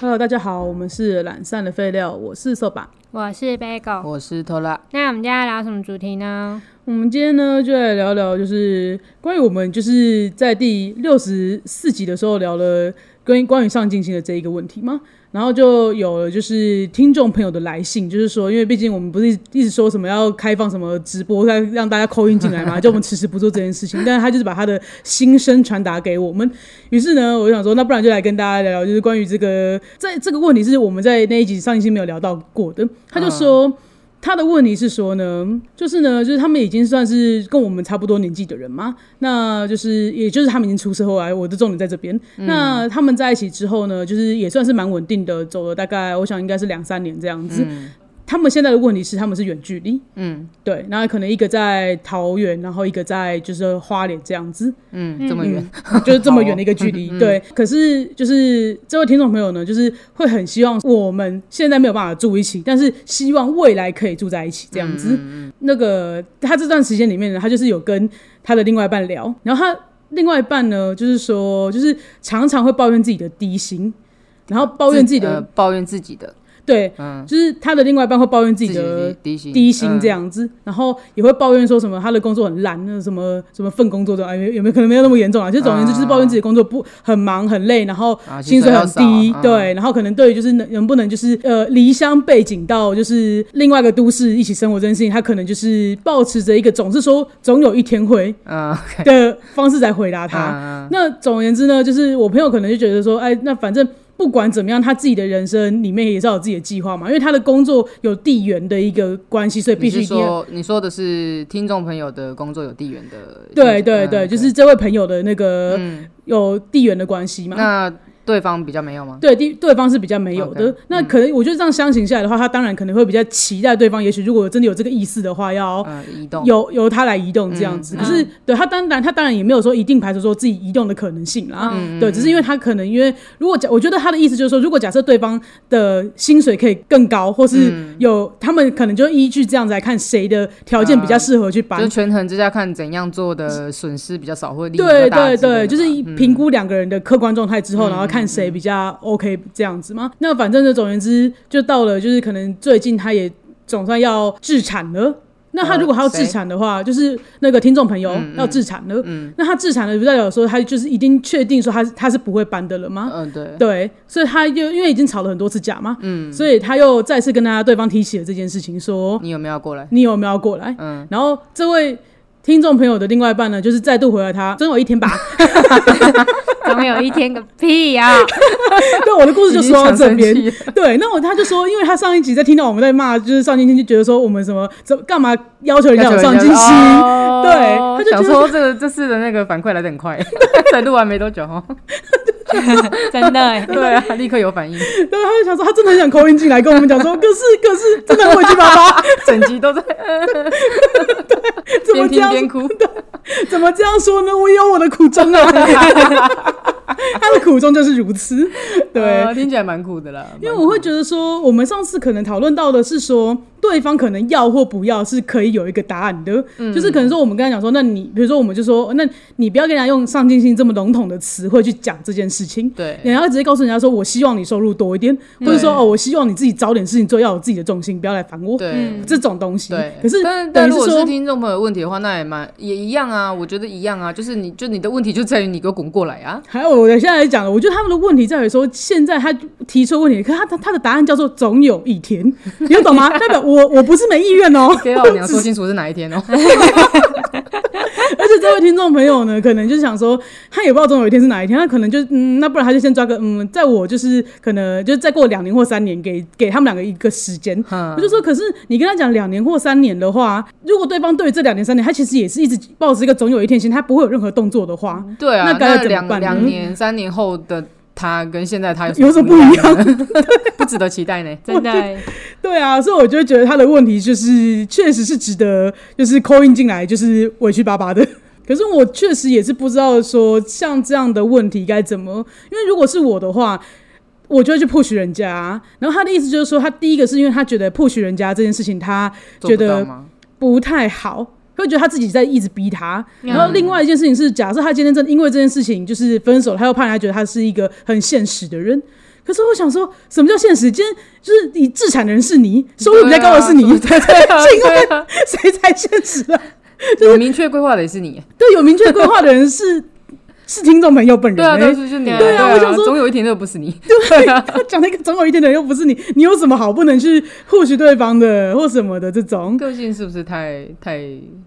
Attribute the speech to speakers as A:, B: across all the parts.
A: Hello，大家好，我们是懒散的废料，我是瘦吧。
B: 我是 Bagel。
C: 我是拖拉，
B: 那我们今天要聊什么主题呢？
A: 我们今天呢，就来聊聊，就是关于我们就是在第六十四集的时候聊了关于关于上进心的这一个问题嘛，然后就有了就是听众朋友的来信，就是说，因为毕竟我们不是一直说什么要开放什么直播，让让大家扣音进来嘛，就我们迟迟不做这件事情，但是他就是把他的心声传达给我们。于是呢，我就想说，那不然就来跟大家聊聊，就是关于这个在这个问题是我们在那一集上一期没有聊到过的，他就说。他的问题是说呢，就是呢，就是他们已经算是跟我们差不多年纪的人嘛，那就是也就是他们已经出社会来，我的重点在这边。那他们在一起之后呢，就是也算是蛮稳定的，走了大概我想应该是两三年这样子。他们现在的问题是他们是远距离，
C: 嗯
A: 对，那可能一个在桃园，然后一个在就是花莲这样子。
C: 嗯，这么远，
A: 就是这么远的一个距
C: 嗯
A: 离。对，可是就是这位听众朋友呢，就是会很希望我们现在没有办法住一起，但是希望未来可以住在一起这样子。
C: 嗯
A: 那个他这段时间里面呢，他就是有跟他的另外一半聊，然后他另外一半呢，就是说，就是常常会抱怨自己的低薪。然后抱怨自己的、
C: 呃抱怨自己的嗯
A: 对，就是他的另外一半会抱怨自
C: 自
A: 己的
C: 低薪
A: 低薪这，
C: 嗯
A: 样子，然后也会抱怨说什么他的工作很烂，那什么什么份工作的，哎，有有没有可能没有那么严重啊？就总而言之，就是抱怨自己工作不很忙很累，然后
C: 啊
A: 薪水很
C: 薪水
A: 低
C: 又，少
A: 对，然后可能对于就是能能不能就是呃离乡背景到就是另外一个都市一起生活这件事情，他可能就是保持着一个总是说总有一天会
C: 嗯，OK，
A: 的方式来回答他。
C: 嗯，
A: 那总而言之呢，就是我朋友可能就觉得说，哎，那反正不管怎么样，他自己的人生里面也是要有自己的计划嘛，因为他的工作有地缘的一个关系，所以必
C: 你
A: 须啊
C: 是
A: 一定要。
C: 说你说的是听众朋友的工作有地缘的，
A: 对对
C: 嗯
A: 对，
C: ，OK
A: 就是这位朋友的那个
C: 嗯，
A: 有地缘的关系嘛。
C: 那对方比较没有吗？
A: 对，对对方是比较没有的
C: OK，嗯
A: 那可能我觉得这样相形下来的话，他当然可能会比较期待对方，也许如果真的有这个意思的话，要
C: 嗯，移动，
A: 由由他来移动这样子。可
C: 嗯
A: 是对他当然他当然也没有说一定排除说自己移动的可能性啦。
C: 嗯
A: 对，只是因为他可能因为如果假，我觉得他的意思就是说，如果假设对方的薪水可以更高，或是
C: 嗯
A: 有、他们可能就依据这样子来看谁的条件比较适合去搬。
C: 嗯就是权衡之下看怎样做的损失比较少，或利益比较
A: 对
C: 大
A: 对
C: 之类的
A: 对，
C: 吧嗯
A: 就是评估两个人的客观状态之后，然后看谁比较 OK 这样子嘛。那反正就总而言之，就到了就是可能最近他也总算要自产了。那他如果他要
C: 呃谁嗯
A: 自产的话，就是那个听众朋友要自产了。那他自产了，不代表说他就是已经确定说他他是不会搬的了吗？
C: 嗯，对，
A: 对，所以他又因为已经吵了很多次架嘛，
C: 嗯
A: 所以他又再次跟他对方提起了这件事情，说
C: 你有没有要过来？嗯
A: 你有没有要过来？然后这位听众朋友的另外一半呢，就是再度回了他，总有一天吧。
B: 总有一天个屁啊呀、
A: 对，我的故事就说到这边
C: 已经。
A: 对，那我他就说，因为他上一集在听到我们在骂，就是上进心，就觉得说我们什么怎干嘛要求人家有上进心？
C: 哦
A: 对他就觉得
C: 想说这个这次的那个反馈来的很快， 才录完没多久哈。
B: 真的欸耶
C: 对啊，立刻有反应，
A: 对，他就想说，他真的很想扣音进来跟我们讲说，可是可是真的很委屈巴 巴，
C: 整集都在
A: 怎么这
C: 边听
A: 样
C: 边哭。
A: 怎么这样说呢？我有我的苦衷啊， 他的苦衷就是如此。对，
C: 呃听起来蛮苦的啦。
A: 因为我会觉得说，我们上次可能讨论到的是说，对方可能要或不要是可以有一个答案的，
C: 嗯
A: 就是可能说我们刚才讲说，那你比如说我们就说，那你不要跟人家用上进心这么笼统的词汇去讲这件事情，
C: 对
A: 你要直接告诉人家说我希望你收入多一点，或者说
C: 对
A: 哦我希望你自己找点事情做，要有自己的重心，不要来烦我，
C: 对
A: 这种东西
C: 对。，
A: 可是
C: 但
A: 等
C: 但
A: 于
C: 如果
A: 说
C: 是。听众朋友的问题的话，那也蛮也一样啊，我觉得一样啊，就是你就你的问题就在于你给我滚过来 啊。
A: 还有，我现在来讲了，我觉得他们的问题在于说，现在他提出问题，可是他他他的答案叫做“总有一天”，你要懂 吗？代表我我不是没意愿哦，
C: 给 老娘说清楚是哪一 天哦。
A: 而且这位听众朋友呢，可能就想说，他也不知道总有一天是哪一天，他可能就嗯，那不然他就先抓个嗯，在我就是可能就再过两年或三年给，给他们两个一个时间。我
C: 嗯
A: 就说，可是你跟他讲两年或三年的话，如果对方对于这两年三年，他其实也是一直抱持一个总有一天心，他不会有任何动作的话，
C: 对啊，
A: 那该怎么
C: 两
A: 办呢
C: 两年、三年后的他跟现在他有
A: 有什么不
C: 不
A: 一样？
C: 不值得期待 呢？
B: 真的欸耶
A: 对啊，所以我就觉得他的问题就是，确实是值得就是 call in 进来，就是委屈巴巴的。 可是我确实也是不知道说像这样的问题该怎么，因为如果是我的话，我就会去 push 人家。然后他的意思就是说，他第一个是因为他觉得 push 人家这件事情，他
C: 做
A: 觉
C: 不到
A: 得
C: 吗？啊
A: 不太好。会觉得他自己在一直逼他，
B: 嗯
A: 然后另外一件事情是，假设他今天真的因为这件事情就是分手了，他又怕人家觉得他是一个很现实的人。可是我想说，什么叫现实？今天就是你自产的人是你，收入比较高的是你，
C: 对 啊
A: 是因
C: 对
A: 为
C: 啊，
A: 谁才现实啊？
C: 有明确规划的也是你，
A: 对，啊有明确规划的人是是听众朋友本人、
C: 对啊，
A: 欸。
C: 都是就你，
A: 对啊我想说
C: 总有一天都不是你，
A: 对他讲那个总有一天的人又不是你，你有什么好不能去护许对方的或什么的这 种？
C: 个性是不是太太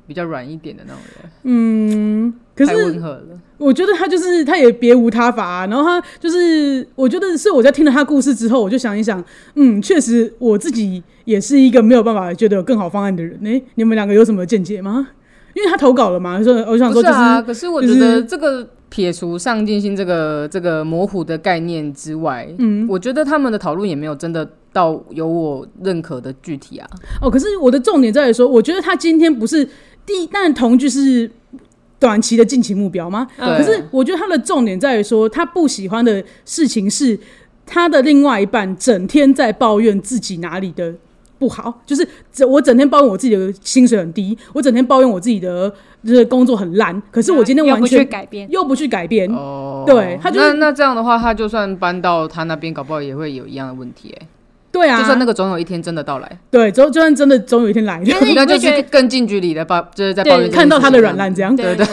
C: 比较软一点的那种人，
A: 嗯，可
C: 太
A: 是
C: 温和了，
A: 我觉得他就是他也别无他法、啊，然后他就是我觉得是我在听了他故事之后，我就想一想，嗯，确实我自己也是一个没有办法觉得有更好方案的人。哎、你们两个有什么见解吗？因为他投稿了嘛，所以我想
C: 不
A: 说
C: 是
A: 就是
C: 啊，可是我觉
A: 就
C: 得
A: 是
C: 这个撇除上进心这个这个模糊的概念之外，嗯，我觉得他们的讨论也没有真的到有我认可的具体啊，
A: 哦，可是我的重点在于说，我觉得他今天不是第一，但同居是短期的近期目标吗？
C: 对
B: 嗯
A: 可是我觉得他的重点在于说，他不喜欢的事情是他的另外一半整天在抱怨自己哪里的。不好，就是整我整天抱怨我自己的薪水很低，我整天抱怨我自己的就是工作很烂，可是我今天
B: 又
A: 完
B: 不去
A: 全
B: 改变，
A: 啊又不去改变，
C: 哦
A: 对他就是
C: 那那这样的话，他就算搬到他那边，搞不好也会有一样的问题、哎、
A: 对啊，
C: 就算那个总有一天真的到来，
A: 对，就就算真的总有一天来了，
B: 但是你
C: 那就
B: 会觉得，
C: 是更近距离的抱，就是在抱
B: 对
C: 怨这件事情，
A: 看到他的软烂这样，
B: 对
C: 对
B: 对。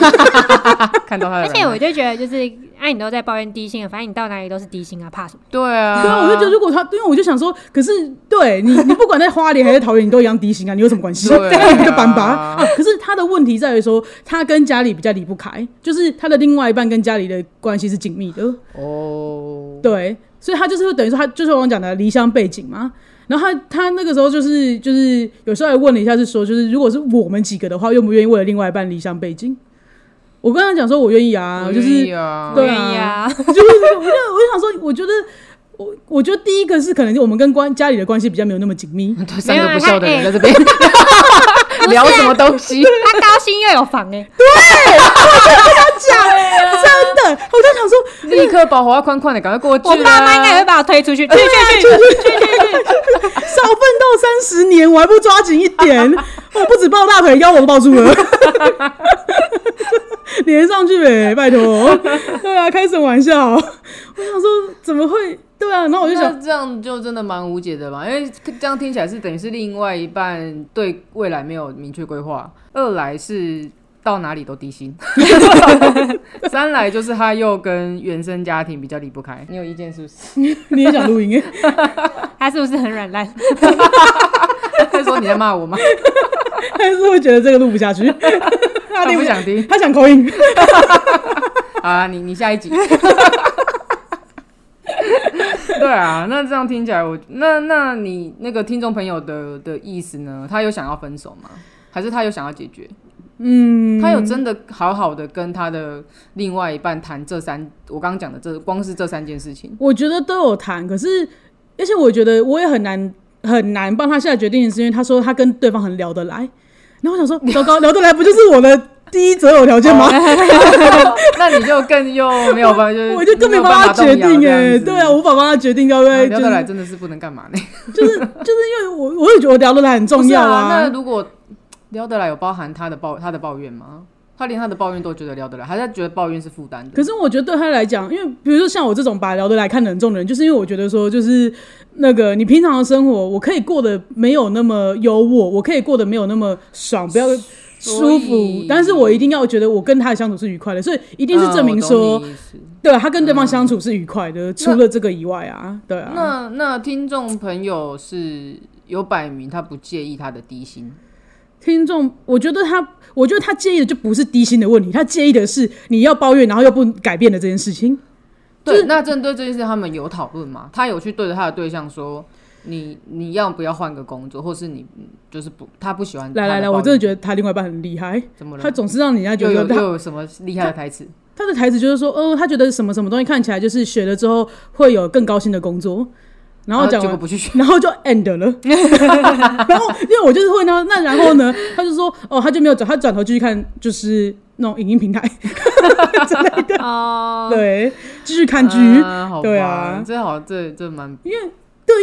C: 看到他
B: 而
C: 的软烂，
B: 且我就觉得，就是哎，你都在抱怨低薪了，反正你到哪里都是低薪啊，怕什么？
C: 对啊，
A: 对啊， 我就觉得如果他，因为我就想说，可是对你，你不管在花莲还是桃园，你都一样低薪啊，你有什么关系？
C: 对啊
A: 一个板拔啊。可是他的问题在于说，他跟家里比较离不开，就是他的另外一半跟家里的关系是紧密的，
C: 哦，
A: 对，所以他就是等于说他就是我刚讲的离乡背景嘛。然后他他那个时候就是就是有时候还问了一下，是说就是如果是我们几个的话，愿不愿意为了另外一半离乡背景？我跟他讲说，我愿意啊，
C: 我
A: 就
C: 愿
A: 是
C: 意啊
A: 对
B: 不愿意啊，
A: 就是 我就我就想说，我觉得我我觉得第一个是可能我们跟关家里的关系比较没有那么紧 密，
C: 对三个
B: 没有啊
C: 不啊孝的
B: 他
C: 人
B: 哎
C: 在这边 聊什么东西？
B: 啊他高薪又有房哎，
A: 真的，我就想说，
C: 立刻把华宽宽的赶快过去啊
B: 我爸妈应该也
C: 啦！
B: 会把我推出去，去去去，
A: 少奋斗三十年，我还不抓紧一 点，我不止抱大腿，腰我都抱住了， 连上去呗，拜托，对啊，开什么玩笑？我想说怎么会？对啊，然后我就
C: 那
A: 想，
C: 这样就真的蛮无解的嘛，因为这样听起来是等于是另外一半对未来没有明确规划，二来是到哪里都低薪， 三来就是他又跟原生家庭比较离不开。你有意见是不是？
A: 你也想录音哎？
B: 他是不是很软烂？
C: 他 说你在骂我 吗？
A: 还是会觉得这个录不下去？
C: 他
A: 他
C: 不想听
A: 他想口音，
C: 好啊，你你下一集。对啊，那这样听起来我，那那你那个听众朋友的的意思呢？他有想要分手吗？还是他有想要解决？嗯，他有真的好好的跟他的另外一半谈这三，我刚刚讲的这光是这三件 事情，
A: 我觉得都有谈，可是而且我觉得我也很难很难帮他下决定，是因为他说他跟对方很聊得来，然后我想 说，糟糕，聊得来不就是我的第一择偶条件吗？
C: 那你就更又没有办法，就是
A: 我就更没
C: 没有
A: 办
C: 嗯
A: 法
C: 法
A: 决定
C: 哎、
A: 哎、对啊，我无法帮他决定要不要，
C: 聊
A: 就
C: 得来
A: 是
C: 真的是啊不能干嘛呢？
A: 就是就是因为我我也觉得聊得来很重要
C: 不是啊。那
A: 啊，
C: 如果聊得来，有包含他的抱他的抱怨吗？他连他的抱怨都觉得聊得来，还是他觉得抱怨是负担的？
A: 可是我觉得对他来讲，因为比如说像我这种把聊得来看得很重的人，就是因为我觉得说，就是那个你平常的生活，我可以过得没有那么优渥，我可以过得没有那么爽，不要
C: 所
A: 舒
C: 以
A: 服，但是我一定要觉得我跟他的相处是愉快的，所以一定是证明说，
C: 嗯我懂你意思
A: 对啊他跟对方相处是愉快的。除了这个以外啊，对啊，
C: 那那听众朋友是有摆明他不介意他的低薪，
A: 听众，我觉得他，我觉得他介意的就不是低薪的问题，他介意的是你要抱怨，然后又不改变的这件事情。
C: 嗯对，那针对这件事他们有讨论吗？他有去对着他的对象说。你你要不要换个工作，或是你就是不他不喜欢
A: 来来来，我真的觉得他另外一半很厉害，
C: 得怎么了
A: 他？总是让人家觉
C: 又有
A: 得
C: 又
A: 他
C: 有什么厉害的台词？
A: 他的台词就是说，哦，他觉得什么什么东西看起来就是学了之后会有更高薪的工作， 然后讲
C: 啊结果
A: 完
C: 不去学，
A: 然后就 end 了。然后因为我就是问他，那然后呢？他就说，哦，他就没有转，他转头继续看就是那种影音平台，
B: 哦，
A: 对，继续看剧。
C: 啊好
A: 对
C: 吧
A: 啊
C: 这好这这蛮
A: 对，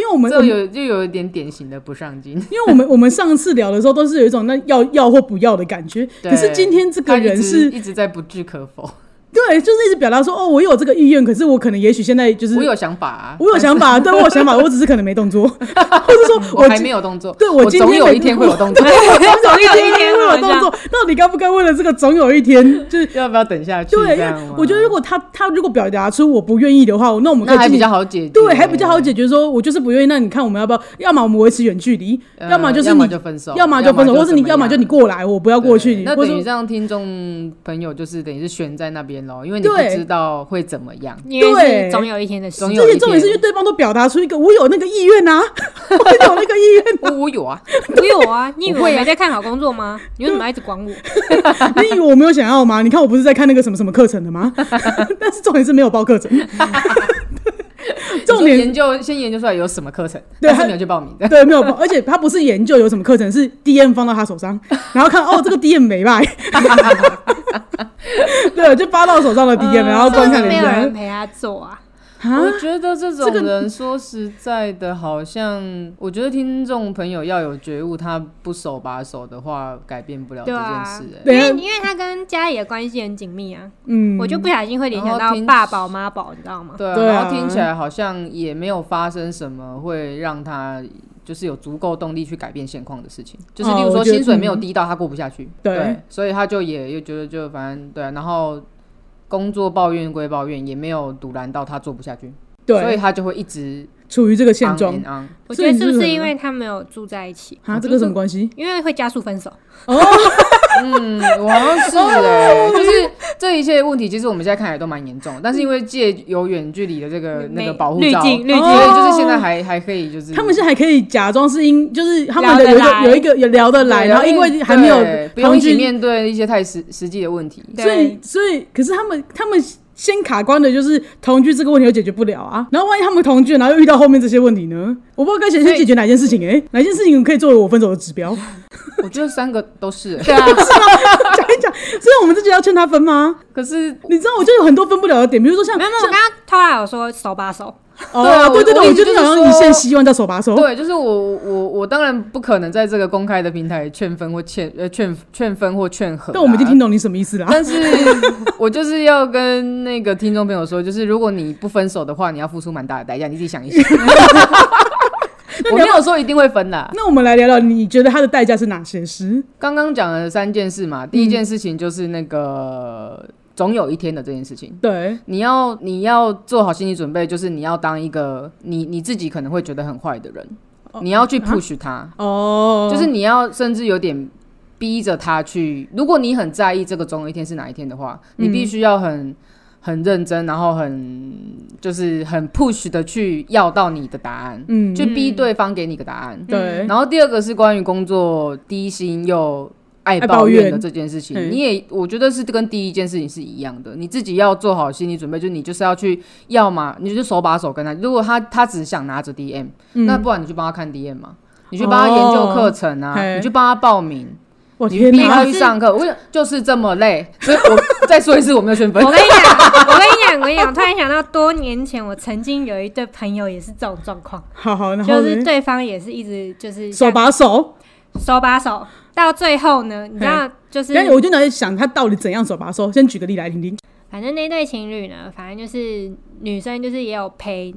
A: 因为我们我
C: 这
A: 们
C: 有就有一点典型的不上进。
A: 因为我们我们上次聊的时候都是有一种那要要或不要的感觉，
C: 对
A: 可是今天这个
C: 他一
A: 人
C: 直
A: 是
C: 一直在不置可否，
A: 对，就是一直表达说哦，我有这个意愿，可是我可能也许现在就是
C: 我有想法、啊，
A: 我有想 法，对我有想法，我只是可能没动作，或者说
C: 我还没有动作，
A: 对
C: 我
A: 今
C: 总
A: 天
C: 有
A: 没
C: 一天会有动作，
A: 总
B: 有一天
A: 会
B: 会
A: 有
B: 有
A: 动
B: 这
A: 作，到底该不该为了这个总有一天就是。
C: 要不要等下去？
A: 对，因
C: 这
A: 为
C: 样啊吗
A: 我觉得如果他他如果表达出我不愿意的话，那我们可
C: 那
A: 以
C: 还
A: 进
C: 比
A: 行
C: 较好解决，
A: 对，还比较好解决说我就是不愿意。那你看，我们要不要？要么我们维持远距离，
C: 呃，
A: 要么就是
C: 要
A: 你
C: 么就分手，
A: 要么就分手，或是你要么就你
C: 过。
A: 过来，我不要过去。
C: 对那
A: 或
C: 等
A: 者
C: 于
A: 说
C: 让听众朋友就是等于是悬在那边咯，因为你不
A: 对
C: 知道会怎么 样。
B: 因为
A: 对
B: 是总有一天的事
C: 总。有
A: 这
C: 一
A: 些重点是，
C: 天
A: 就对方都表达出一个我有那个意愿 啊，我有那个意愿。
C: 我我有啊，
B: 我有啊，你以为
C: 我
B: 我
C: 会啊
B: 没在看好工作吗？你为什么要一直管我？
A: 你以为我没有想要吗？你看我不是在看那个什么什么课程的 吗？但是重点是没有报课程。 重
C: 你说
A: 点
C: 研究先研究出来有什么课程，
A: 对
C: 但是
A: 他
C: 没有去报名的。
A: 对，没有报，而且他不是研究有什么课程，是 DM 放到他手上，然后看哦，这个 DM 没卖， 对，就发到手上的
C: 嗯
A: DM，、然后观看人
B: 是没有人
A: 家
B: 陪他做啊。
A: 啊，
C: 我觉得这
A: 这
C: 种
A: 个
C: 人说实在的，好像我觉得听众朋友要有觉悟，他不手把手的话，改变不了这
B: 对
C: 件
B: 啊
C: 事、欸。
B: 因
A: 对
B: 为
A: 啊，
B: 因为他跟家里的关系很紧密啊，
A: 嗯，
B: 我就不小心会联想
C: 然后
B: 到
C: 听
B: 爸宝妈宝，你知道吗？
C: 对啊，
A: 对啊
C: 然后听起来好像也没有发生什么会让他就是有足够动力去改变现况的事情，就是
A: 哦
C: 例如
A: 我
C: 说
A: 觉得
C: 薪水没有低到他过不下去，
A: 对
C: 所以他就也又觉得就反正对啊、然后工作抱怨归抱怨，也没有堵拦到他做不下去，所以
A: 对，
C: 他就会一直
A: 处于这个现
C: on
A: 状
C: and on
B: 我觉得是不
A: 所以你是
B: 是
A: 很
B: 因为他没有住在一起？
A: 啊，这个有什么关系？
B: 因为会加速分手，
C: 嗯，我好像是
A: 哦
C: 哎、就是这一切问题，其实我们现在看来都蛮严重的，但是因为借由远距离的这个那
B: 没
C: 个保护
B: 滤
C: 罩，所以
B: 镜滤
A: 镜
C: 就是现在还还可以就是
A: 他们现在还可以假装是因，就是他们的有一个
B: 聊得来
A: 有一个也聊得来，
C: 对
A: 然后因为还没有
C: 对不
A: 同
C: 用一起
A: 居
C: 面对一些太实实际的问题。
A: 所以
B: 对
A: 所以可是他们他们先卡关的就是同居这个问题又解决不了啊，然后万一他们同居，然后又遇到后面这些问题呢？我不知道该先
C: 所以
A: 先解决哪件事情哎、哪件事情可以作为我分手的指 标？
C: 我觉得三个 都是、欸，
B: 对啊，
A: 讲一讲，所以我们自己要劝他分吗？
C: 可是
A: 你知道我就有很多分不了的点，比如说像
B: 没有没有，我刚刚偷懒有说手把手，
A: 哦
C: 对啊
A: 对对
C: 我
A: 对，
C: 我
A: 我
C: 意思
A: 就是
C: 就是
A: 想要
C: 说
A: 你现希望叫手把手，
C: 对，就是我我我当然不可能在这个公开的平台劝分或劝呃劝劝分或劝和、啊
A: 但我们已经听。懂你什么意思啦。
C: 但是我就是要跟那个听众朋友说，就是如果你不分手的话，你要付出蛮大的代价，你自己想一想。 我没有说一定会分的。
A: 那我们来聊聊，你觉得它的代价是哪些事？
C: 刚刚讲了三件事嘛，第一件事情就是那个、总有一天的这件事情，
A: 对，
C: 你要你要做好心理准备，就是你要当一个你你自己可能会觉得很坏的人，
A: 哦
C: 你要去 push 他，
A: 哦，
C: 就是你要甚至有点逼着他去。如果你很在意这个总有一天是哪一天的话，
A: 嗯
C: 你必须要很。很认真，然后很就是很 push 的去要到你的答案，
A: 嗯
C: 去逼对方给你个答案。
A: 对，
C: 然后第二个是关于工作低薪又爱
A: 爱抱
C: 抱
A: 怨
C: 怨的这件事情，
A: 嗯
C: 你也我觉得是跟第一件事情是一样的，你自己要做好心理准备，就是你就是要去，要么你就手把手跟他，如果他他只想拿着 DM，、那
A: 嗯，
C: 不然你去帮他看 DM 嘛。你去帮他研究课程啊，
A: 哦嘿
C: 你去帮他报名，
A: 我
C: 你
A: 天
C: 逼
A: 哪
C: 他，去上课。我跟你讲就是这么累，所以我再说一次，我没有选分
A: 哦
B: 我。跟你讲，我跟你讲，我跟你讲，突然想到多年前我曾经有一对朋友也是这种状况，
A: 好好，然后
B: 就是
A: 呢？
B: 对方也是一直就是
A: 手把手，
B: 手把手，到最后呢，你知道就是
A: 但我就在想他到底怎样手把手。先举个例来听听。
B: 反正那对情侣呢，反正就是女生就是也有陪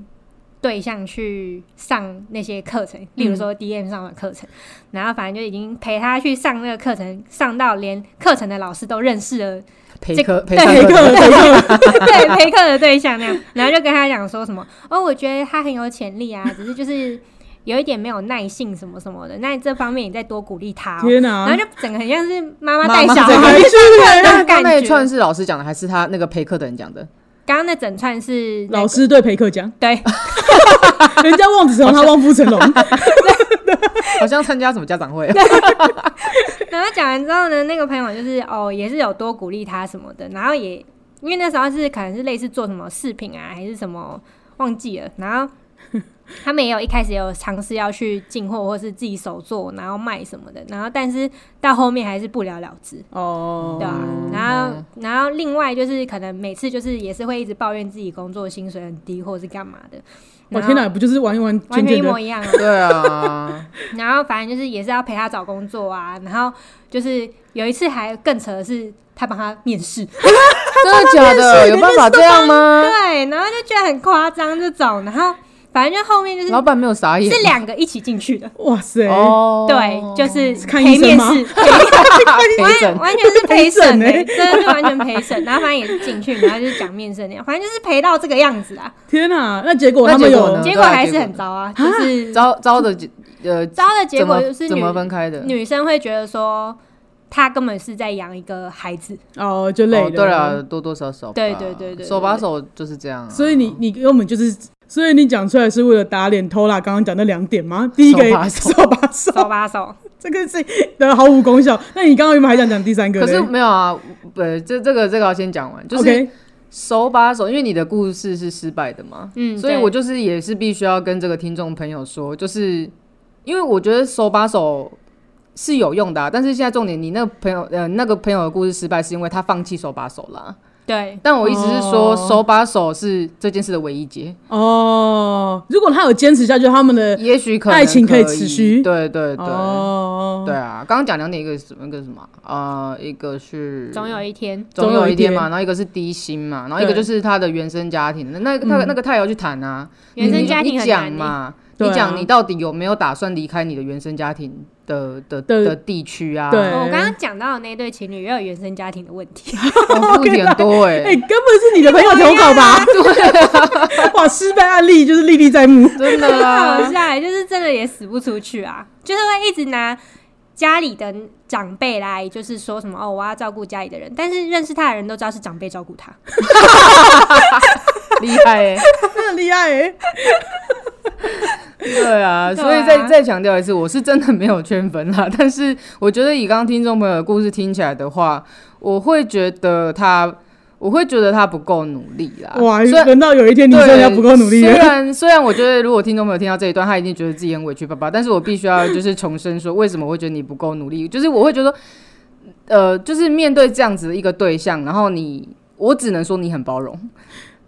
B: 对象去上那些课
C: 嗯
B: 程，例如说 DM 上的课程，然后反正就已经陪他去上那个课程，上到连课程的老师都认识了，
C: 陪课陪
B: 对
C: 上
A: 陪
C: 课
A: 客，
C: 的，
A: 陪客，
B: 对陪课的对象那样，然后就跟他讲说什么哦，我觉得他很有潜力啊，只是就是有一点没有耐性什么什么的，那这方面你再多鼓励他、哦，
A: 天哪
B: 然后！就整个很像是妈妈
C: 啊妈
B: 带
C: 妈
B: 小
C: 在
A: 小
B: 孩
A: 孩去
B: 那种
C: 那
B: 感
C: 那一
B: 觉
C: 串是老师讲的，还是他那个陪课的人讲的？
B: 刚刚那整串是那
A: 老师对陪客讲，
B: 对，
A: 人家望子成龙，他望夫成 龙。
C: 好像参加什么家长会 哦。
B: 然后讲完之后呢，那个朋友就是哦，也是有多鼓励他什么的，然后也因为那时候是可能是类似做什么饰品啊，还是什么忘记了，然后他们也有一开始也有尝试要去进货或是自己手做，然后卖什么的，然后但是到后面还是不了了之。对
A: 哦，
B: 啊，然后然后另外就是可能每次就是也是会一直抱怨自己工作薪水很低或者是干嘛的，
A: 我
B: 然后
A: 天哪，不就是完完
B: 完
A: 全
B: 全一
A: 全的
B: 模一样啊！
C: 对啊，
B: 然后反正就是也是要陪他找工作啊，然后就是有一次还更扯的是，他帮他面试，
C: 真的假的？有办法这样吗？
B: 对，然后就觉得很夸张这种，然后反正就后面就是
C: 老板没有傻眼，
B: 是两个一起进去的，
A: 哇塞，
C: 哦，
B: 对， 就是
A: 看医
B: 陪
A: 生
B: 面
A: 吗
B: 试，
C: 陪
B: 完
C: 诊，欸
B: 完全是陪审哎、
A: 陪
B: 真的是完全陪审，然后反正也是进去，然后就是讲面试那样，反正就是陪到这个样子啊，
A: 天哪！那结果
C: 那
A: 他们
C: 嗯结果
A: 有
C: 呢
B: 结果还是很糟啊，就是
C: 招招的呃，
B: 糟的结
C: 怎
B: 果
C: 么
B: 就是
C: 怎
B: 女
C: 么分开的？
B: 女生会觉得说。她根本是在养一个孩 子，
A: 哦，就累
C: 哦，
A: 了。
C: 对了，多多少少吧，
B: 对对对对对
C: 手把手就是这样啊。
A: 所以你你根本就是，所以你讲出来是为了打脸偷啦刚刚讲那两点吗？第一个
C: 手把手
A: 手把手，
B: 手把手，
A: 这个是的毫无功效。那你刚刚原本还想讲第三个
C: 可
A: 嘞，
C: 是没有啊，呃，这这个这个要先讲完，就是
A: OK，
C: 手把手，因为你的故事是失败的嘛，
B: 嗯
C: 所以
B: 对
C: 我就是也是必须要跟这个听众朋友说，就是因为我觉得手把手是有用的、啊，但是现在重点，你那个朋友呃那个朋友的故事失败，是因为他放弃手把手啦。
B: 对，
C: 但我一直是说，
A: 哦
C: 手把手是这件事的唯一解，
A: 哦，如果他有坚持下去，他们的
C: 也许可能
A: 爱情可
C: 可
A: 以持续
C: 对对对。
A: 哦，
C: 对啊，刚刚讲两点，一个是什么，一个是什么啊？呃，一个是
B: 总有一天，
C: 总
A: 总
C: 有
A: 有
C: 一
A: 一
C: 天
A: 天
C: 嘛，然后一个是低薪嘛，然后一个
A: 对嗯
C: 就是他的原生家庭，那那个那个那个他也要去谈啊，
B: 原
C: 你
B: 生
C: 你
B: 家庭
C: 你
B: 很
C: 讲
B: 难
C: 嘛，
A: 欸
C: 你
A: 对啊
C: 讲你到底有没有打算离开你的原生家庭的的
A: 的
C: 的地区啊？
A: 对
B: 哦我刚刚讲到的那对情侣也有原生家庭的问 题，
C: 哦，问题很多哎、
A: 哎、根本是你的朋友投稿吧？ 哇，失败案例就是历历在 目。
B: 很
C: 真的
B: 好
C: 啊，
B: 笑欸，就是真的也死不出去啊，就是会一直拿家里的长辈来，就是说什么哦，我要照顾家里的人，但是认识他的人都知道是长辈照顾他，
C: 厉害哎、
A: 真的很厉害、欸，
C: 对
B: 对
C: 啊，
B: 啊
C: 所以再再强调一次，我是真的没有圈粉啦。但是我觉得以刚刚听众朋友的故事听起来的话，我会觉得他，我会觉得他不够努力啦。
A: 哇！
C: 虽然
A: 轮到有一哎天你
C: 对，啊
A: 说人家不够努力
C: 虽
A: 了，
C: 然虽然我觉得，如果听众朋友听到这一段，他一定觉得自己很委屈巴巴，但是我必须要就是重申说，为什么我会觉得你不够努力？就是我会觉得，呃，就是面对这样子的一个对象，然后你，我只能说你很包容。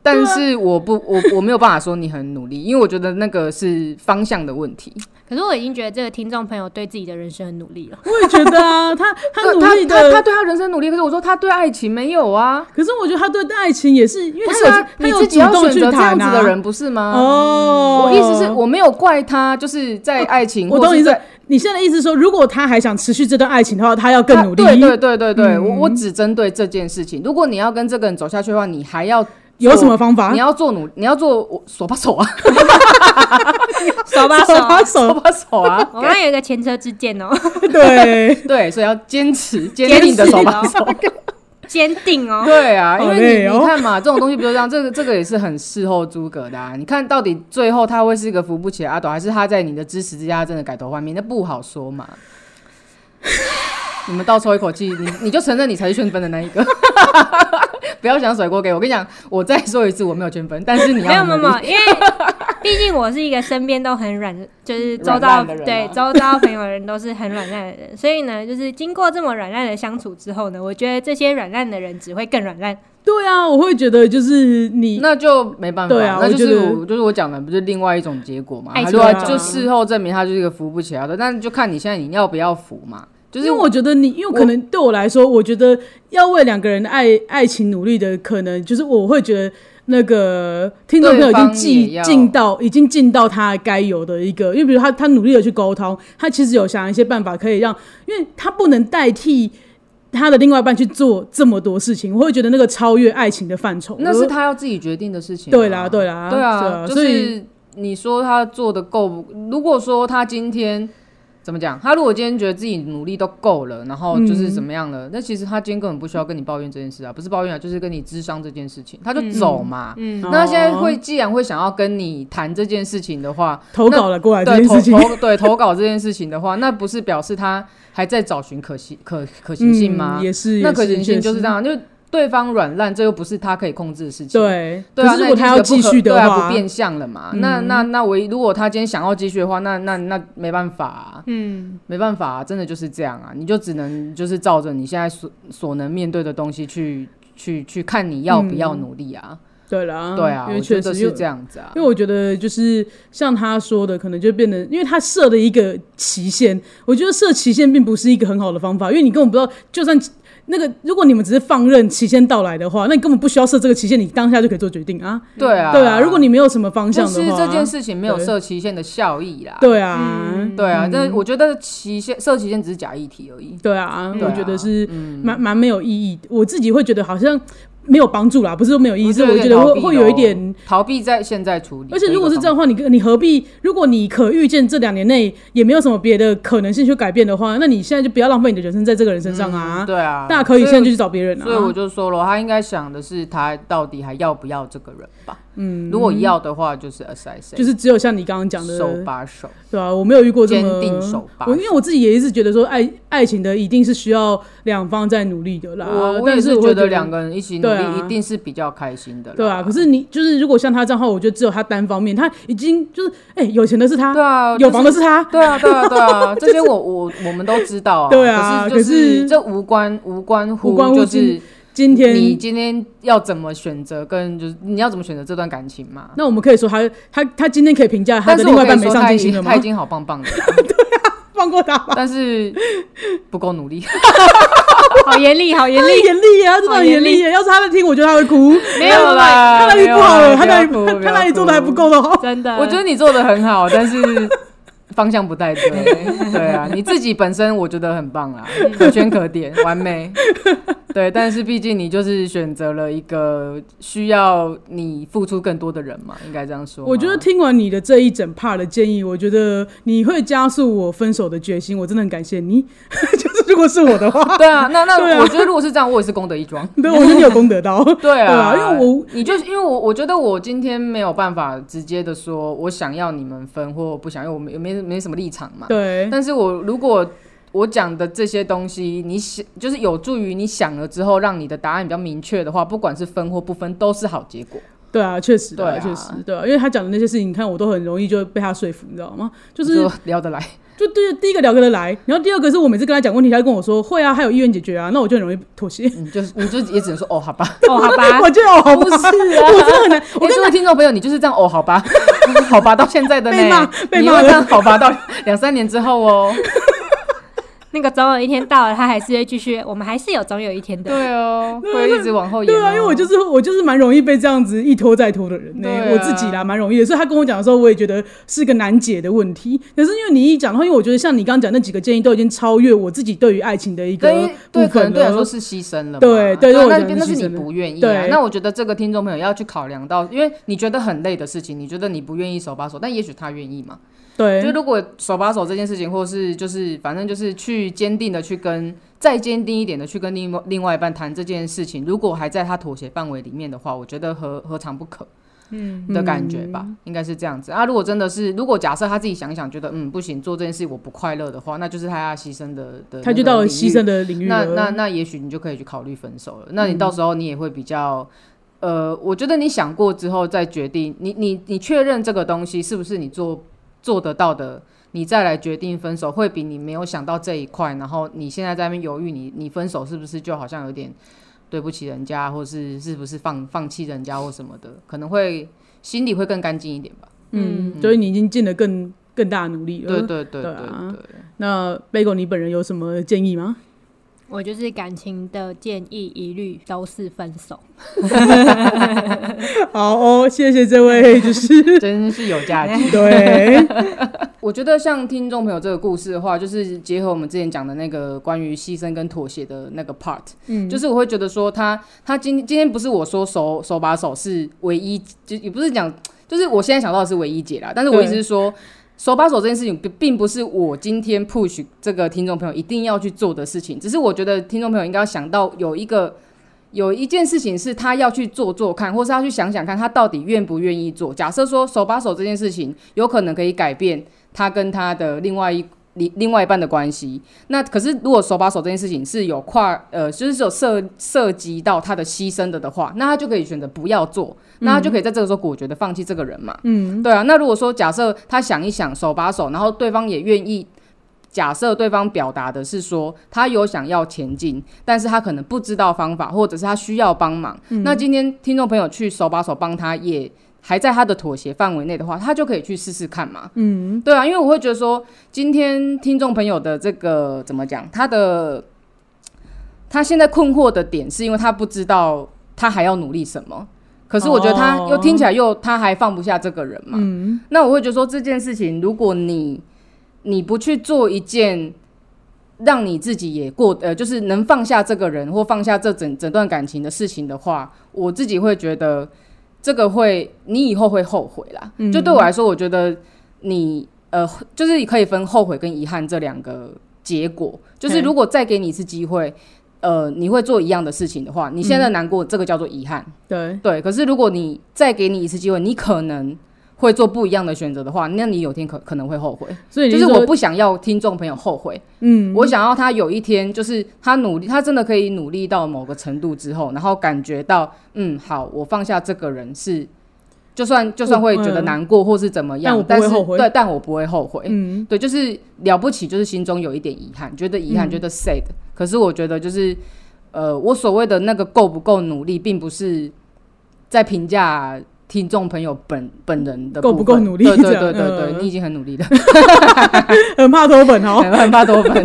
C: 但
A: 啊
C: 是我不，我我没有办法说你很努力，因为我觉得那个是方向的问题。
B: 可是我已经觉得这个听众朋友对自己的人生很努 力了，
A: 我也觉得啊，他他
C: 呃
A: 努
C: 他
A: 力
C: 他他
A: 的，
C: 对他人生努力，可是我说他对爱情没有啊。
A: 可是我觉得他对爱情也是，因为
C: 不
A: 他
C: 是
A: 有、
C: 啊，
A: 他
C: 你
A: 有
C: 自己
A: 主
C: 要
A: 动
C: 选
A: 去
C: 择这
A: 谈
C: 样子
A: 啊。
C: 的人，不是吗？
A: 哦，
C: 我意思是我没有怪他，就是在爱情
A: 我
C: 或
A: 懂
C: 是
A: 你
C: 在
A: 的，你现在的意思是说，如果他还想持续这段爱情的话，他要更努力，嗯
C: 对对对对对，我我只针对这件事情。如果你要跟这个人走下去的话，你还要
A: 有什么
C: 方
A: 方法
C: 你？要做努，你要做我手把手啊，
B: 手把手
A: 手
B: 啊。
A: 把
C: 手
A: 手，
C: 把手啊。
B: 我刚刚有一个前车之 鉴哦、
A: 对，
C: 对，所以要坚持，坚
B: 持
C: 定你的手把手。
B: 坚 定哦、
C: 对啊，因
A: 好
C: 为
A: 累
C: 你、
A: 哦
C: 你看嘛，这种东西不就这样？这个这个也是很事后诸葛的啊。你看到底最后他会是一个扶不起的阿斗，还是他在你的支持之下真的改头换面？那不好说 嘛。你们倒抽一口气，你你就承认你才是圈分的那一个， 不要想甩锅给我。我跟你讲，我再说一次，我没有圈分，但 是你
B: 没
C: 要
B: 有没
C: 很
B: 有
C: 努
B: 没
C: 力
B: 有，因为毕竟我是一个身边都很软， 就是周
C: 软
B: 遭
C: 烂的人啊
B: 对周遭朋友的人都是很软烂的人， 所以呢，就是经过这么软烂的相处之后呢，我觉得这些软烂的人只会更软烂。
A: 对啊，我会觉得就是你
C: 那就没办法，
A: 对啊
C: 那
A: 我
C: 就是
A: 觉得哎啊
C: 我就是我讲的，不是另外一种结果嘛？
B: 爱情
C: 如果
A: 的
C: 就
A: 结果
C: 事后证明他就是一个扶不起来的，但就看你现在你要不要扶嘛。就是
A: 因为我觉得你，因为可能对我来说，我觉得要为两个人的爱爱情努力的，可能就是我会觉得那个听众朋友已经
C: 对方也
A: 尽
C: 要
A: 尽到，已经尽到他该有的一个，因为比如他他努力的去沟通，他其实有想一些办法可以让，因为他不能代替。他的另外一半去做这么多事情，我会觉得那个超越爱情的范畴。
C: 那是
A: 我
C: 他要自己决定的事情啊、
A: 对啦，对啦，
C: 对
A: 是
C: 啊，就
A: 所以
C: 是你说他做的够不？如果说他今天怎么讲，他如果今天觉得自己努力都够了，然
A: 嗯
C: 后就是怎么样了，那其实他今天根本不需要跟你抱怨这件事啊，不是抱怨啊，就是跟你智商这件事情，他就走嘛。
B: 嗯，
C: 那他现在会，既然会想要跟你谈这件事情的话，
A: 投稿了过来哦这
C: 对
A: 件
C: 投
A: 事情，
C: 投对投稿这件事情的话，那不是表示他还在找寻可行可可行性吗？
A: 嗯也是，
C: 那
A: 也
C: 可行性
A: 确
C: 就是
A: 实
C: 这样，因为对方软烂，这又不是他可以控制的事情。
A: 对，
C: 对啊，
A: 可是
C: 那
A: 如果他要
C: 已经
A: 继
C: 是
A: 续的
C: 不
A: 话，
C: 可
A: 嗯
C: 对啊、不变相了嘛。那那那我如果他今天想要继续的话，那那那没办法、啊，
B: 嗯，
C: 没办法、啊，真的就是这样啊。你就只能就是照着你现在所所能面对的东西去去去看你要不要努力啊。
A: 对啦，
C: 对
A: 嗯
C: 啊，
A: 因
C: 我
A: 为
C: 觉
A: 确
C: 得
A: 实
C: 是
A: 就
C: 这样子啊
A: 因。为我觉得就是像他说的，可能就变得，因为他设了一个期限，我觉得设期限并不是一个很好的方法，因为你根本不知道，就算那个，如果你们只是放任期限到来的话，那你根本不需要设这个期限，你当下就可以做决定啊。
C: 对啊，
A: 对啊，如果你没有什么方向
C: 就
A: 的话，
C: 是这件事情没有
A: 对
C: 设期限的效益啦。
A: 对啊，
C: 对啊，但我觉得期限设期限只是假议题而已。
A: 对啊，
C: 对
A: 我
C: 啊
A: 觉得是蛮蛮没有意义。我自己会觉得好像没有帮助啦，不是说没有意义，
C: 我
A: 是
C: 觉
A: 我
C: 得
A: 觉得会会有
C: 哦点逃避咯哦
A: 一点。
C: 逃避在现在处理。
A: 而且如果是这样的话，你你何必？如果你可预见这两年内也没有什么别的可能性去改变的话，那你现在就不要浪费你的人生在这个人身上啊。
C: 对啊，
A: 大可以现在就
C: 所
A: 去找别人
C: 以
A: 啊。
C: 所以我就说了，他应该想的是他到底还要不要这个人吧？嗯，如果要的话，就是 a s s i s
A: 就是只有像你刚刚讲的，
C: 手把手，
A: 对啊，我没有遇过这么
C: 坚定手把
A: 我因为我自己也一直觉得说爱爱情的一定是需要两方在努力的啦。
C: 我我
A: 呃但
C: 也
A: 是
C: 是
A: 我
C: 觉
A: 会
C: 得两个人一起努
A: 对啊
C: 力一定是比较开心的啦。
A: 对啊，可是你就是如果像他这样的话，我觉得只有他单方面，他已经就是哎、有钱的是他，
C: 对啊，
A: 有房
C: 就
A: 的
C: 是
A: 是他，
C: 对啊，对啊， 对啊，这些我我我们都知道啊。
A: 对啊
C: 可是就
A: 可是
C: 是这无关无关乎，
A: 无关乎
C: 就
A: 今
C: 是
A: 今
C: 你
A: 天。
C: 今天要怎么选择，跟就是你要怎么选择这段感情嘛。
A: 那我们可以说他他他今天可以评价他
C: 但
A: 的
C: 是
A: 另
C: 我
A: 外一
C: 可
A: 半
C: 以
A: 没
C: 说
A: 上
C: 他
A: 进
C: 已
A: 心
C: 经
A: 了吗
C: 他已？经好棒棒的了，
A: 放过他吧，
C: 但是不够努力。
B: 好严厉，好严
A: 他
B: 厉，
A: 很严厉啊，真的
B: 好
A: 很
B: 严
A: 严
C: 哦
A: 厉耶！要是他在听，我觉得他会哭。
B: 没有啦
A: 他哪里
C: 啊
A: 不好欸了？他哪里
C: 不要哭 不
A: 他
C: 要
A: 哪里做的还不
C: 哭
A: 够哦的好？
B: 真的。
C: 我觉得你做的很好，但是方向不 太对。对啊，你自己本身我觉得很棒啦，可圈可点，完 美。对，但是毕竟你就是选择了一个需要你付出更多的人嘛，应该这样说吗。
A: 我觉得听完你的这一整 part 的建议，我觉得你会加速我分手的决心，我真的很感谢你。 就是如果是我的话，
C: 对啊，那
A: 对
C: 那
A: 啊
C: 我觉得如果是这样，我也是功德一桩。
A: 对，我觉得你有功德到。
C: 啊对啊，
A: 对啊因为我
C: 你就是因为我我觉得我今天没有办法直接的说我想要你们分或我不想，因为我没没没什么立场嘛。
A: 对，
C: 但是我如果我讲的这些东西，你想就是有助于你想了之后，让你的答案比较明确的话，不管是分或不分，都是好结果。
A: 对啊，确实，
C: 对啊
A: 确实，对啊，因为他讲的那些事情，你看我都很容易就被他说服，你知道吗？就是
C: 说聊得来，
A: 就对，第一个聊得来，然后第二个是我每次跟他讲问题，他就跟我说会啊，还有意愿解决啊，那我就很容易妥协。
C: 你就是你就也只能说哦，好
A: ，
C: 吧。
B: 哦，好吧
A: 我就有好吧
C: 不是啊，
A: 我真的很难，
C: 我各位听众朋友，你就是这样哦，好吧， 好吧，到现在的 呢
A: 被骂，被
C: 你
A: 骂
C: 要
A: 了
C: 这样好吧，到两三年之后 哦，
B: 那个总有一天到了，他还是会继续，我们还是有总有一天的。
C: 对哦，会一直往后延、哦。
A: 对啊，因为我就是我就是蛮容易被这样子一拖再拖的人呢、欸
C: 对啊
A: 我自己啦蛮容易的，所以他跟我讲的时候，我也觉得是个难解的问题。可是因为你一讲的话，因为我觉得像你刚刚讲那几个建议都已经超越我自己对于爱情的一个
C: 对
A: 部
C: 对，可
A: 分
C: 能对来说
A: 了。
C: 是牺牲了嘛。
A: 对对对
C: 那
A: 我
C: 那
A: 觉得是
C: 那是
A: 牺
C: 你
A: 牲了
C: 不愿意啊
A: 对。
C: 那我觉得这个听众朋友要去考量到，因为你觉得很累的事情，你觉得你不愿意手把手，但也许他愿意嘛。
A: 对
C: 就如果手把手这件事情，或是就是反正就是去坚定的去跟再坚定一点的去跟另外另外一半谈这件事情，如果还在他妥协范围里面的话，我觉得何何尝不可。嗯的感觉吧，应该是这样子啊。如果真的是，如果假设他自己想一想，觉得嗯不行，做这件事我不快乐的话，那就是他要牺牲的的。
A: 他就到了牺牲的领域
C: 那
A: 了。
C: 那那也许你就可以去考虑分手了。那你到时候你也会比较，呃，我觉得你想过之后再决定，你你你确认这个东西是不是你做做得到的，你再来决定分手，会比你没有想到这一块，然后你现在在那边犹豫你，你分手是不是就好像有点对不起人家，或是是不是放放弃人家或什么的，可能会心里会更干净一点吧。
A: 嗯，所以你已经尽了更更大的努力了。
C: 对对
A: 对
C: 对对
A: 啊
C: 对。
A: 那 Bagel，你本人有什么建议 吗？
B: 我就是感情的建议，一律都是分手。
A: 好哦，谢谢这位，就是
C: 真是有价值。
A: 对，
C: 我觉得像听众朋友这个故事的话，就是结合我们之前讲的那个关于牺牲跟妥协的那个 part，
A: 嗯，
C: 就是我会觉得说他他今今天不是我说手手把手是唯一，就也不是讲，就是我现在想到的是唯一解啦，但是我
A: 对
C: 意思是说。手把手这件事情并并不是我今天 push 这个听众朋友一定要去做的事情，只是我觉得听众朋友应该要想到有一个有一件事情是他要去做做看，或是他去想想看他到底愿不愿意做。假设说手把手这件事情有可能可以改变他跟他的另外一另另外一半的关系，那可是如果手把手这件事情是有跨呃，就是有涉涉及到他的牺牲的的话，那他就可以选择不要做，那他就可以在这个时候果决的放弃这个人嘛。嗯，对啊。那如果说假设他想一想手把手，然后对方也愿意。假设对方表达的是说他有想要前进，但是他可能不知道方法，或者是他需要帮忙。那今天听众朋友去手把手帮他，也还在他的妥协范围内的话，他就可以去试试看嘛。嗯，对啊，因为我会觉得说，今天听众朋友的这个怎么讲，他的他现在困惑的点是因为他不知道他还要努力什么。可是我觉得他
A: 哦
C: 又听起来又他还放不下这个人嘛，
A: 嗯，
C: 那我会觉得说这件事情，如果你你不去做一件让你自己也过呃，就是能放下这个人或放下这整整段感情的事情的话，我自己会觉得这个会你以后会后悔啦。
A: 嗯
C: 就对我来说，我觉得你呃，就是可以分后悔跟遗憾这两个结果。就是
A: 嗯
C: 如果再给你一次机会。呃，你会做一样的事情的话，你现在难过，这个叫做遗憾。
A: 对，
C: 对，可是如果你再给你一次机会，你可能会做不一样的选择的话，那你有天可可能会后悔。
A: 所以你
C: 就是
A: 说
C: 我，不想要听众朋友后悔，
A: 嗯，
C: 我想要他有一天，就是他努力，他真的可以努力到某个程度之后，然后感觉到，嗯，好，我放下这个人是，就算就算会觉得
A: 嗯
C: 难过或是怎么
A: 但
C: 样
A: 我，不
C: 但
A: 会
C: 是
A: 后悔
C: 对，但我不会后悔。
A: 嗯，
C: 对，就是了不起，就是心中有一点遗憾，觉得遗
A: 嗯
C: 憾，觉得 sad、可是我觉得就是，呃，我所谓的那个够不够努力，并不是在评价听众朋友本本人的
A: 够
C: 部
A: 不够
C: 分
A: 努力
C: 对
A: 这
C: 对
A: 样
C: 对对对，
A: 嗯
C: 你已经很努力了，
A: 很怕脱粉 哦，
C: 很很怕多分。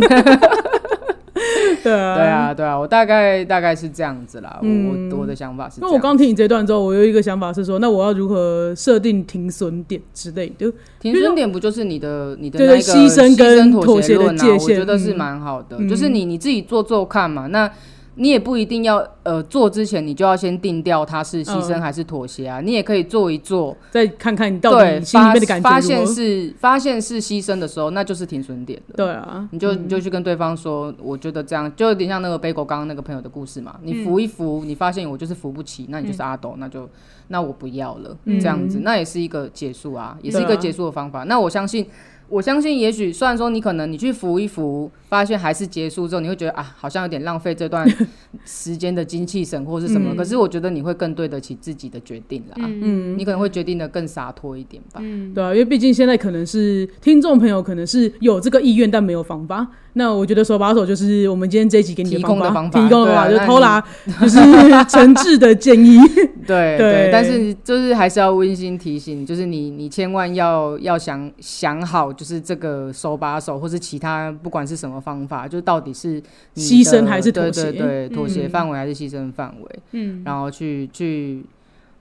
A: 对
C: 对啊，对啊，我大概大概是这样子啦。
A: 嗯
C: 我我我的想法是这
A: 那我
C: 样。
A: 刚听你这段之后，我有一个想法是说，那我要如何设定停损点之类的？
C: 停损点不就是你的你的
A: 对
C: 那个
A: 对牺牲跟妥
C: 妥
A: 协的
C: 论啊？
A: 界
C: 我
A: 限
C: 觉得是
A: 嗯
C: 蛮好的，
A: 嗯
C: 就是你你自己做做看嘛。那你也不一定要呃做之前你就要先定掉它是牺牲
A: 嗯
C: 还是妥协啊，你也可以做一做，
A: 再看看你到
C: 对，
A: 底心里
C: 发
A: 面的感觉
C: 发
A: 如
C: 现
A: 何？
C: 是发现是牺牲的时候，那就是停损点了。
A: 对啊，
C: 你就你就去跟对方说，我觉得这样就有点像那个 Bagel 刚刚那个朋友的故事嘛。
A: 嗯
C: 你扶一扶，你发现我就是扶不起，那你就是阿斗，那就那我不要了，
A: 嗯
C: 这样子，那也是一个结束啊，也是一
A: 对
C: 个
A: 啊
C: 结束的方法。那我相信，我相信，也许虽然说你可能你去扶一扶，发现还是结束之后，你会觉得啊，好像有点浪费 这段时间的精气神或是什么。
B: 嗯
C: 可是我觉得你会更对得起自己的决定啦，
B: 嗯
A: 嗯
C: 你，可能会决定的更洒脱一点吧。
B: 嗯，
A: 对啊，因为毕竟现在可能是听众朋友可能是有这个意愿，但没有方法。那我觉得手把手就是我们今天这一集给你
C: 提
A: 方
C: 供
A: 法，
C: 的方法
A: 提供的方法就
C: 对啊
A: 是偷拿，就是 诚挚的建议。
C: 对
A: 对
C: 对，但是就是还是要温馨提醒，就是你你千万要要想想好，就是这个手把手或是其他不管是什么方法，就到底是你的
A: 牺牲还是妥协
C: 对对对，妥协
A: 嗯
C: 范围还是牺牲范围，
B: 嗯，
C: 然后去去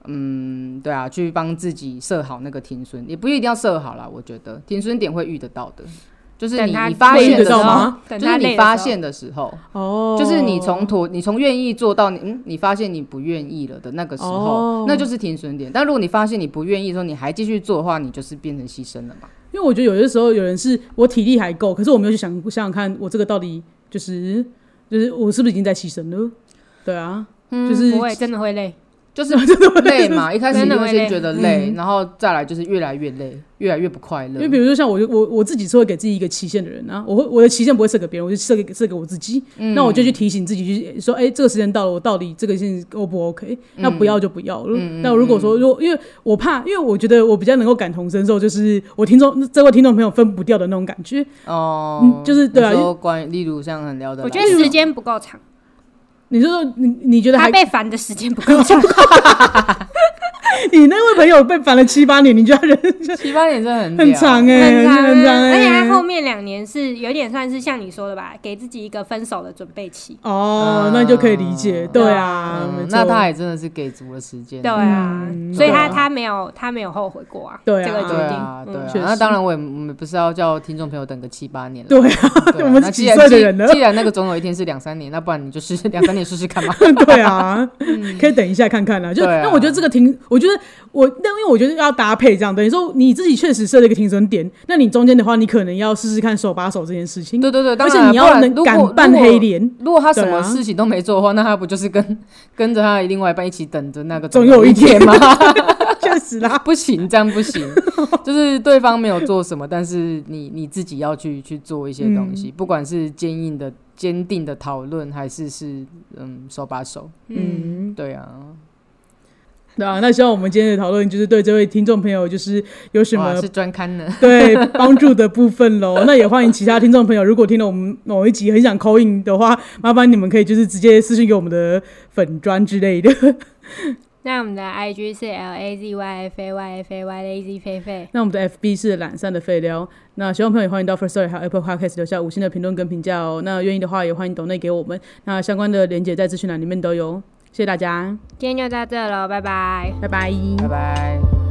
C: 嗯，对啊，去帮自己设好那个停损，也不一定要设好啦，我觉得停损点会遇得到的，就是
B: 等
C: 你
B: 他
C: 你发
A: 累
C: 现
A: 的
C: 的时
A: 时候
C: 候
A: 吗，
B: 等
C: 就
B: 他
C: 是
B: 累
C: 你
B: 的
C: 发
B: 时候
C: 现的时候，
A: 哦，
C: 就是你从妥，你从愿意做到你，嗯，你发现你不愿意了的那个时候，
A: 哦
C: 那就是停损点。但如果你发现你不愿意的时候，你还继续做的话，你就是变成牺牲了嘛。
A: 因为我觉得有些时候有人是我体力还够，可是我没有去想想想看，我这个到底就是就是我是不是已经在牺牲了？对啊，就是
B: 嗯不会真的会累，
C: 就是累嘛，一开始
B: 真
C: 你
B: 的
C: 会
B: 会
C: 先
B: 累
C: 觉得累，然后再来就是越来越累，越来越不快乐
A: 因为。比如说像我就我我自己是会给自己一个期限的人啊，我会我的期限不会设给别人，我就设给设给我自己。那我就去提醒自己，就是说，哎、这个时间到了，我到底这个事情 O 不 OK？、那不要就不要了。那如果说，如果因为我怕，因为我觉得我比较能够感同身受，就是我听众这位听众朋友分不掉的那种感觉。
C: 哦、
A: 嗯就是对啊
C: 你说关于例如像很聊的，
B: 我觉得时间不够长，
A: 你就说你你觉得
B: 他
A: 还
B: 被烦的时间不够 长，
A: 你那位朋友被烦了七八年，你觉得人
C: 七八点真的很
A: 很
C: 聊
A: 长哎、
B: 很长
A: 很长
B: 啊。
A: 哎、
B: 而且他后面两年是有点算是像你说的吧，给自己一个分手的准备期。
A: 哦，那你就可以理解，对啊，
C: 嗯
A: 没错
C: 那他也真的是给足了时间。
B: 对啊，
A: 嗯
B: 所以他
A: 对啊
B: 他没有他没有后悔过啊，
A: 对啊
B: 这个决
C: 对
B: 定，
C: 啊，对啊
A: 嗯，确
C: 那
A: 实
C: 当然我也我们不是要叫听众朋友等个七八年了，
A: 对啊，
C: 对 啊
A: 我们
C: 那
A: 是
C: 既
A: 几
C: 然
A: 岁的
C: 既
A: 人呢
C: 既然那个总有一天是两三年，那不然你就试试两三年试试 看吧。
A: 对啊，可以等一下看看啦。就
C: 嗯对啊
A: 那我觉得这个停，我觉得我那因为我觉得要搭配这样，等于说你自己确实设了一个停损点，那你中间的话，你可能要试试看手把手这件事情，
C: 对对对，当
A: 而
C: 然
A: 且
C: 啊
A: 你
C: 不
A: 要
C: 然
A: 能
C: 如果
A: 敢扮
C: 如果
A: 黑 脸，
C: 如果他什么
A: 对啊
C: 事情都没做的话，那他不就是跟跟着他的另外一半一起等着那个
A: 总有一天
C: 吗？
A: 确实啦。
C: 不行，这样 不行。就是对方没有做什么，但是你你自己要去去做一些东
A: 嗯
C: 西，不管是坚硬的、坚定的讨论，还是是嗯手把手。
B: 嗯，
A: 嗯，
C: 对啊，
A: 对啊，那希望我们今天的讨论就是对这位听众朋友就是有什么
C: 哇是专刊呢？
A: 对帮助的部分喽。那也欢迎其他听众朋友，如果听了我们某一集很想扣印的话，麻烦你们可以就是直接私信给我们的粉砖之类的。
B: 那我们的 IG 是 L A Z Y F A Y F A Y Lazy 菲菲，
A: 那我们的 FB 是懒散的废料。那喜欢朋友也欢迎到 First Story 还有 Apple Podcast 留下五星的评论跟评价哦。那愿意的话也欢迎抖内给我们，那相关的连接在资讯栏里面都有。谢谢大家，
B: 今天就到这喽，拜拜。
A: 拜拜。
C: 拜拜。